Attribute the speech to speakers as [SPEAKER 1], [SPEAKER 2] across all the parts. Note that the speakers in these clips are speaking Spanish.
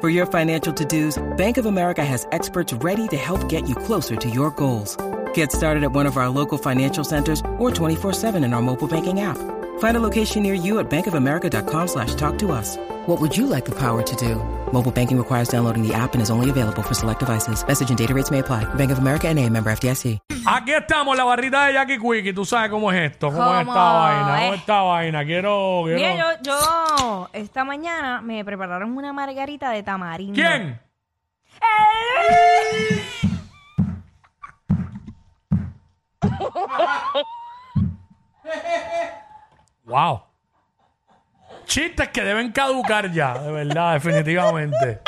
[SPEAKER 1] For your financial to-dos, Bank of America has experts ready to help get you closer to your goals. Get started at one of our local financial centers or 24-7 in our mobile banking app. Find a location near you at bankofamerica.com slash talk to us. What would you like the power to do? Mobile banking requires downloading the app and is only available for select devices. Message and data rates may apply. Bank of America and a member FDIC.
[SPEAKER 2] Aquí estamos, la barrita de Jackie Quickie. Tú sabes cómo es esto, cómo, es
[SPEAKER 3] ¿Cómo
[SPEAKER 2] esta vaina, cómo
[SPEAKER 3] es?
[SPEAKER 2] es esta vaina. Quiero. quiero...
[SPEAKER 3] Mira, yo, yo esta mañana me prepararon una margarita de tamarindo.
[SPEAKER 2] ¿Quién?
[SPEAKER 3] ¡Eh!
[SPEAKER 2] ¡Wow! Chistes que deben caducar ya, de verdad, definitivamente.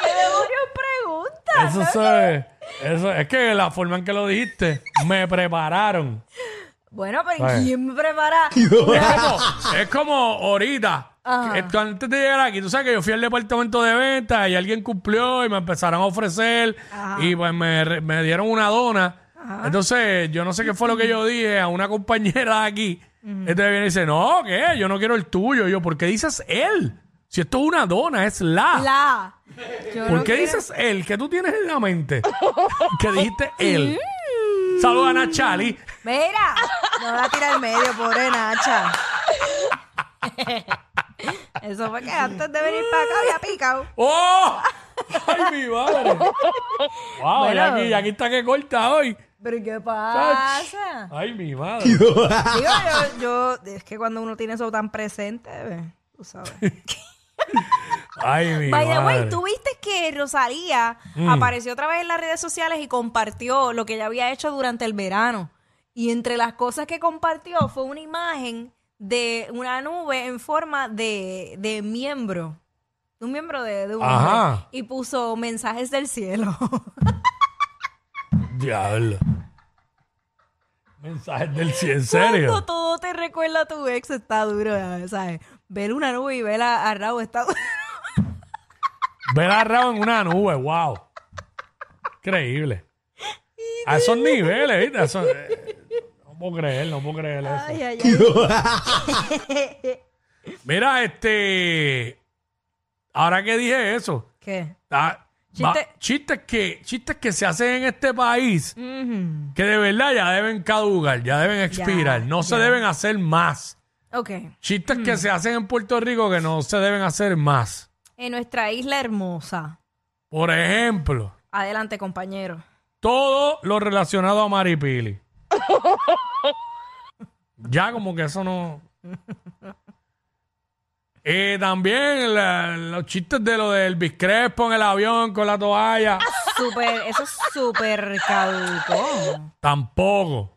[SPEAKER 3] ¡Qué demonios preguntas!
[SPEAKER 2] Eso se. Eso, es que la forma en que lo dijiste, me prepararon.
[SPEAKER 3] Bueno, pero
[SPEAKER 2] Ay.
[SPEAKER 3] ¿quién me prepara?
[SPEAKER 2] Es como, es como ahorita.
[SPEAKER 3] Ajá.
[SPEAKER 2] Esto antes de llegar aquí, tú sabes que yo fui al departamento de ventas y alguien cumplió y me empezaron a ofrecer y pues me, re- me dieron una dona. Entonces, yo no sé qué fue lo que yo dije a una compañera de aquí. Entonces viene y dice, no, ¿qué? Yo no quiero el tuyo. Y yo, ¿por qué dices él? Si esto es una dona, es la.
[SPEAKER 3] La. Yo
[SPEAKER 2] ¿Por
[SPEAKER 3] no
[SPEAKER 2] qué
[SPEAKER 3] quiero-
[SPEAKER 2] dices él? ¿Qué tú tienes en la mente? que dijiste él. Saluda a Nachali.
[SPEAKER 3] Mira, no la tira al medio, pobre Nacha. Eso fue que antes de venir para acá había picado.
[SPEAKER 2] ¡Oh! ¡Ay, mi madre! ¡Wow!
[SPEAKER 3] Bueno.
[SPEAKER 2] Jackie, Jackie está que corta hoy.
[SPEAKER 3] ¿Pero qué pasa?
[SPEAKER 2] ¡Ay, mi madre!
[SPEAKER 3] Digo, yo, yo, es que cuando uno tiene eso tan presente, eh, tú sabes.
[SPEAKER 2] ¡Ay, mi
[SPEAKER 3] By the
[SPEAKER 2] madre!
[SPEAKER 3] way, tú viste que Rosalía
[SPEAKER 2] Mm.
[SPEAKER 3] apareció otra vez en las redes sociales y compartió lo que ella había hecho durante el verano. Y entre las cosas que compartió fue una imagen de una nube en forma de, de miembro. De un miembro de, de un hombre.
[SPEAKER 2] Ajá.
[SPEAKER 3] Y puso mensajes del cielo.
[SPEAKER 2] ¡Diablo! Mensajes del cielo, ¿en
[SPEAKER 3] Cuando
[SPEAKER 2] serio?
[SPEAKER 3] todo te recuerda a tu ex está duro, ¿sabes? Ver una nube y ver a, a Raúl está duro.
[SPEAKER 2] Ver a Raúl en una nube, ¡wow! Increíble. A esos niveles, ¿viste? A esos- eh, no puedo creer, no puedo creer eso.
[SPEAKER 3] Ay, ay, ay.
[SPEAKER 2] Mira, este... Ahora que dije eso,
[SPEAKER 3] ¿Qué?
[SPEAKER 2] ah, va-
[SPEAKER 3] Chiste-
[SPEAKER 2] chistes, que, chistes que se hacen en este país
[SPEAKER 3] Ujú.
[SPEAKER 2] que de verdad ya deben caducar, ya deben expirar,
[SPEAKER 3] Ya, Mm.
[SPEAKER 2] no se deben hacer más.
[SPEAKER 3] Ok.
[SPEAKER 2] Chistes que se hacen en Puerto Rico que no se deben hacer más.
[SPEAKER 3] En nuestra isla hermosa.
[SPEAKER 2] Por ejemplo,
[SPEAKER 3] Adelante, compañero.
[SPEAKER 2] todo lo relacionado a Maripili. ya como que eso no... Eh, también la- los chistes de lo del Biscrespo en el avión con la toalla.
[SPEAKER 3] Ah. Súper, eso es súper caduco.
[SPEAKER 2] Tampoco.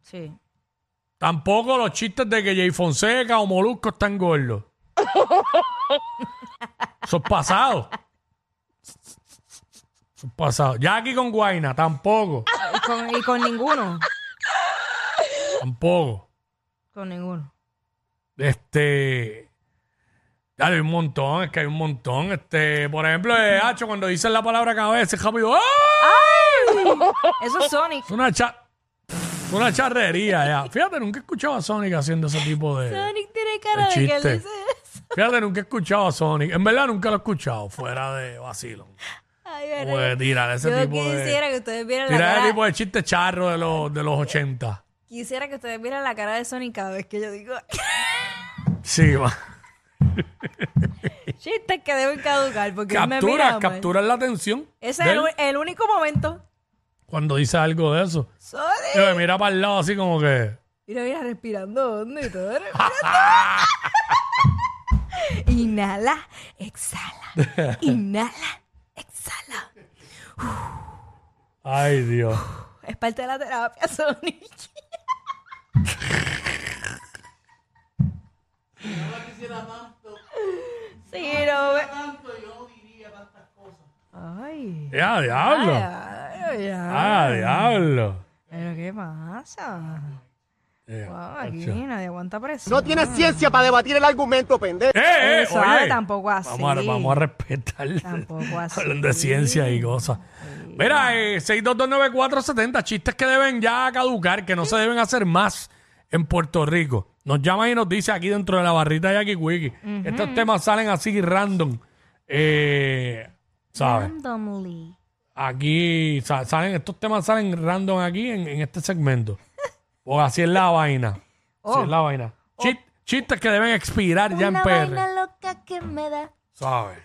[SPEAKER 3] Sí.
[SPEAKER 2] Tampoco los chistes de que Jay Fonseca o Molusco están gordos. Eso es pasado. Eso es pasado. Jackie con Guaina, tampoco.
[SPEAKER 3] Y con, y con ninguno.
[SPEAKER 2] Tampoco.
[SPEAKER 3] Con ninguno.
[SPEAKER 2] Este. Dale, hay un montón, es que hay un montón. Este, por ejemplo, eh, Hacho, cuando dicen la palabra cabeza, es rápido. ¡ah!
[SPEAKER 3] Eso es Sonic.
[SPEAKER 2] Es una cha- es una charrería ya. Fíjate, nunca he escuchado a Sonic haciendo ese tipo de.
[SPEAKER 3] Sonic tiene
[SPEAKER 2] El
[SPEAKER 3] cara de que él
[SPEAKER 2] chiste.
[SPEAKER 3] dice eso.
[SPEAKER 2] Fíjate, nunca he escuchado a Sonic. En verdad, nunca lo he escuchado fuera de vacilo.
[SPEAKER 3] Ay, veré.
[SPEAKER 2] Pues tirar ese
[SPEAKER 3] Yo
[SPEAKER 2] tipo
[SPEAKER 3] quisiera
[SPEAKER 2] de.
[SPEAKER 3] que ustedes vieran la
[SPEAKER 2] Tirar
[SPEAKER 3] cara.
[SPEAKER 2] ese tipo de chiste charro de los, de los 80.
[SPEAKER 3] Quisiera que ustedes vieran la cara de Sonic cada vez que yo digo
[SPEAKER 2] Sí, va.
[SPEAKER 3] chistes que deben caducar. Porque él me mira
[SPEAKER 2] Captura,
[SPEAKER 3] mal.
[SPEAKER 2] capturar la atención.
[SPEAKER 3] Ese
[SPEAKER 2] de
[SPEAKER 3] es el,
[SPEAKER 2] él
[SPEAKER 3] u- el único momento.
[SPEAKER 2] Cuando dice algo de eso.
[SPEAKER 3] Sonic.
[SPEAKER 2] Que me mira para el lado así como que.
[SPEAKER 3] Mira, mira, respirando hondo y todo. respirando. Inhala, exhala. Inhala, exhala.
[SPEAKER 2] Ay, Dios.
[SPEAKER 3] Es parte de la terapia, Sonic. Si no lo quisiera tanto. Sí, no. me- Ay.
[SPEAKER 2] Ya, diablo.
[SPEAKER 3] Ay, ay,
[SPEAKER 2] Ah, diablo.
[SPEAKER 3] Pero ¿qué pasa?
[SPEAKER 2] Eh,
[SPEAKER 3] Wow, aquí
[SPEAKER 2] macho.
[SPEAKER 3] nadie aguanta presión.
[SPEAKER 4] No tienes ciencia para debatir el argumento, pendejo.
[SPEAKER 2] ¡Eh, eh!
[SPEAKER 3] Eso, ah,
[SPEAKER 2] oye,
[SPEAKER 3] tampoco así.
[SPEAKER 2] Vamos a, vamos a respetar.
[SPEAKER 3] Tampoco así.
[SPEAKER 2] Hablando de ciencia y cosas. Mira, eh, 6229470, chistes que deben ya caducar, que no se deben hacer más en Puerto Rico. Nos llama y nos dice aquí dentro de la barrita de Jackie Wiki. Estos temas salen así random. Eh, ¿Sabes?
[SPEAKER 3] Randomly.
[SPEAKER 2] Aquí sa- salen, estos temas salen random aquí en, en este segmento. O así es la vaina. Así
[SPEAKER 3] Oh.
[SPEAKER 2] es la vaina. Chis- Chistes que deben expirar ya en
[SPEAKER 3] Una
[SPEAKER 2] PR.
[SPEAKER 3] vaina loca que me da.
[SPEAKER 2] ¿Sabes?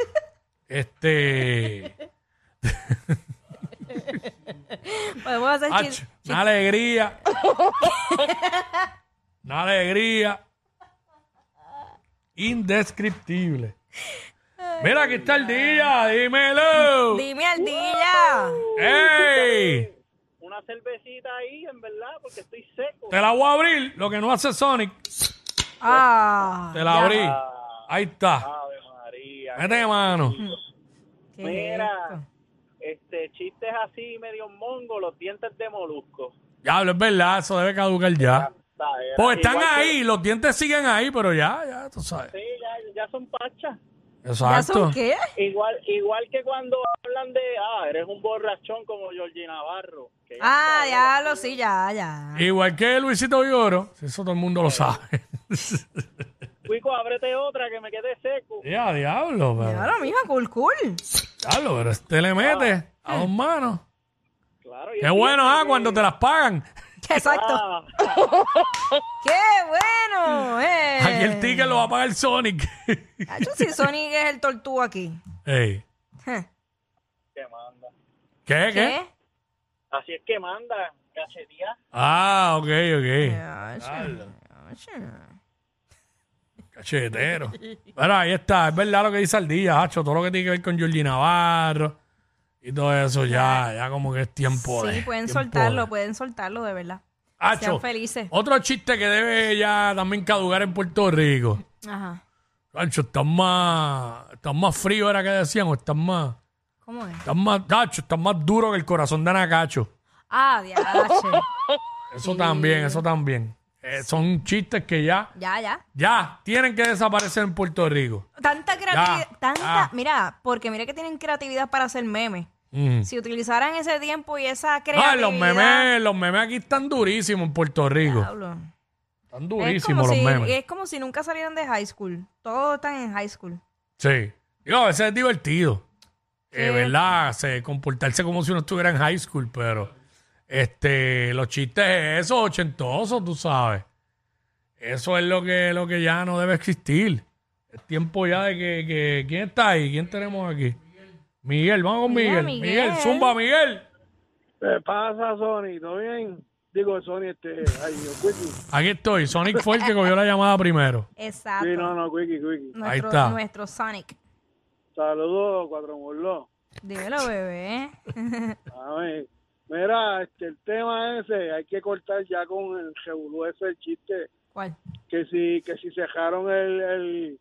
[SPEAKER 2] Este.
[SPEAKER 3] Podemos hacer
[SPEAKER 2] ach,
[SPEAKER 3] chiste.
[SPEAKER 2] una alegría. una alegría. Indescriptible. Mira, aquí está el día, dímelo.
[SPEAKER 3] Dime al día.
[SPEAKER 2] ¡Ey!
[SPEAKER 5] una cervecita ahí, en verdad, porque estoy seco.
[SPEAKER 2] Te la voy a abrir, lo que no hace Sonic.
[SPEAKER 3] Ah.
[SPEAKER 2] Te la abrí. Ahí está.
[SPEAKER 5] Ave María.
[SPEAKER 2] Mete mano.
[SPEAKER 3] qué
[SPEAKER 5] Mira.
[SPEAKER 3] rico.
[SPEAKER 5] Este, chistes así, medio mongo, los dientes de molusco.
[SPEAKER 2] Diablo, es verdad, eso debe caducar ya.
[SPEAKER 5] Está, era-
[SPEAKER 2] Pues están
[SPEAKER 5] igual que-
[SPEAKER 2] ahí, los dientes siguen ahí, pero ya, ya, tú sabes.
[SPEAKER 5] Sí, ya, ya son pachas.
[SPEAKER 3] ¿Ya
[SPEAKER 2] Exacto.
[SPEAKER 3] son qué?
[SPEAKER 5] Igual, igual que cuando hablan de, ah, eres un borrachón como Georgie Navarro. que ya
[SPEAKER 3] Ah,
[SPEAKER 5] está,
[SPEAKER 3] ya lo sí, ya, ya.
[SPEAKER 2] Igual que Luisito Vigoro, si eso todo el mundo lo sabe.
[SPEAKER 5] Cuico, ábrete otra que me quede seco.
[SPEAKER 2] ya, diablo, pero,
[SPEAKER 3] Claro, mija, cool, cool.
[SPEAKER 2] diablo, pero este le mete a
[SPEAKER 3] Ah.
[SPEAKER 2] dos manos.
[SPEAKER 5] Claro, y
[SPEAKER 2] Qué
[SPEAKER 5] el
[SPEAKER 2] bueno,
[SPEAKER 5] diente
[SPEAKER 2] ah,
[SPEAKER 5] que-
[SPEAKER 2] cuando te las pagan.
[SPEAKER 3] Exacto.
[SPEAKER 5] Ah,
[SPEAKER 3] ¡Qué bueno! Eh.
[SPEAKER 2] Aquí el ticket lo va a pagar Sonic.
[SPEAKER 3] Yo sí, Sonic es el tortuga aquí.
[SPEAKER 2] Ey.
[SPEAKER 3] ¿Qué?
[SPEAKER 5] que manda.
[SPEAKER 2] ¿Qué, qué?
[SPEAKER 5] Así es que manda, cachetía.
[SPEAKER 2] Ah, ok, ok.
[SPEAKER 3] Ay, ay.
[SPEAKER 2] Cachetero. Pero ahí está, es verdad lo que dice al día, hacho, todo lo que tiene que ver con Georgie Navarro y todo eso, ya, ya como que es tiempo de.
[SPEAKER 3] Ah. Sí, pueden
[SPEAKER 2] tiempo
[SPEAKER 3] soltarlo,
[SPEAKER 2] de.
[SPEAKER 3] pueden soltarlo, de verdad.
[SPEAKER 2] Hacho,
[SPEAKER 3] Sean felices.
[SPEAKER 2] otro chiste que debe ya también caducar en Puerto Rico.
[SPEAKER 3] Ajá.
[SPEAKER 2] Tacho, estás más, estás más frío era que decían, o estás más,
[SPEAKER 3] ¿Cómo es?
[SPEAKER 2] estás más, tacho, estás más duro que el corazón de Anacacho.
[SPEAKER 3] Ah, diache.
[SPEAKER 2] Eso también, eso también. Eh, son chistes que ya,
[SPEAKER 3] ya, ya.
[SPEAKER 2] ya tienen que desaparecer en Puerto Rico.
[SPEAKER 3] Tanta creatividad.
[SPEAKER 2] Ya, Ah.
[SPEAKER 3] tanta.
[SPEAKER 2] ya.
[SPEAKER 3] Mira, porque mira que tienen creatividad para hacer memes.
[SPEAKER 2] Mm.
[SPEAKER 3] Si utilizaran ese tiempo y esa creatividad.
[SPEAKER 2] Ah, los memes, los memes aquí están durísimos en Puerto Rico.
[SPEAKER 3] Diablo.
[SPEAKER 2] Están
[SPEAKER 3] Es como,
[SPEAKER 2] durísimos los
[SPEAKER 3] si,
[SPEAKER 2] memes.
[SPEAKER 3] es como si nunca salieran de high school. Todos están en high school.
[SPEAKER 2] Sí. Digo, a veces es divertido. Eh,
[SPEAKER 3] Sí.
[SPEAKER 2] ¿Verdad? Se- comportarse como si uno estuviera en high school, pero este, los chistes esos ochentosos, tú sabes. Eso es lo que, lo que ya no debe existir. Es tiempo ya de que, que- ¿Quién está ahí? ¿Quién tenemos aquí? Miguel, vamos con
[SPEAKER 3] Mira,
[SPEAKER 2] Miguel. Miguel,
[SPEAKER 3] Miguel.
[SPEAKER 2] zumba, Miguel.
[SPEAKER 5] ¿Qué pasa, Sony? ¿Todo bien? Digo, Sony, este, ay, Cuiqui.
[SPEAKER 2] Aquí estoy. Sonic fue el que cogió la llamada primero.
[SPEAKER 3] Exacto.
[SPEAKER 5] Sí, no, no, Cuiqui, Cuiqui.
[SPEAKER 3] Nuestro,
[SPEAKER 2] Ahí está.
[SPEAKER 3] nuestro Sonic.
[SPEAKER 5] Saludos, Cuatro Morló.
[SPEAKER 3] Dímelo, bebé.
[SPEAKER 5] A ver, mira, este, el tema ese, hay que cortar ya con el revolú ese el chiste,
[SPEAKER 3] ¿Cuál?
[SPEAKER 5] que si, que si cerraron el, el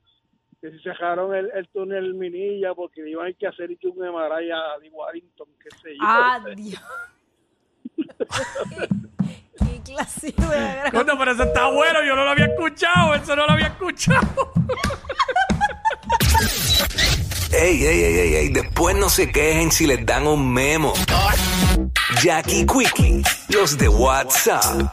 [SPEAKER 5] que si cerraron el, el túnel Minilla porque iban a que hacer y que un MRI a Lee Warrington, qué sé yo.
[SPEAKER 3] Adiós. Qué clase de verdad.
[SPEAKER 2] Coño, pero eso está bueno. Yo no lo había escuchado. Eso no lo había escuchado.
[SPEAKER 6] Ey, ey, ey, ey, ey, después no se quejen si les dan un memo. Jackie Quickie, los de WhatsApp.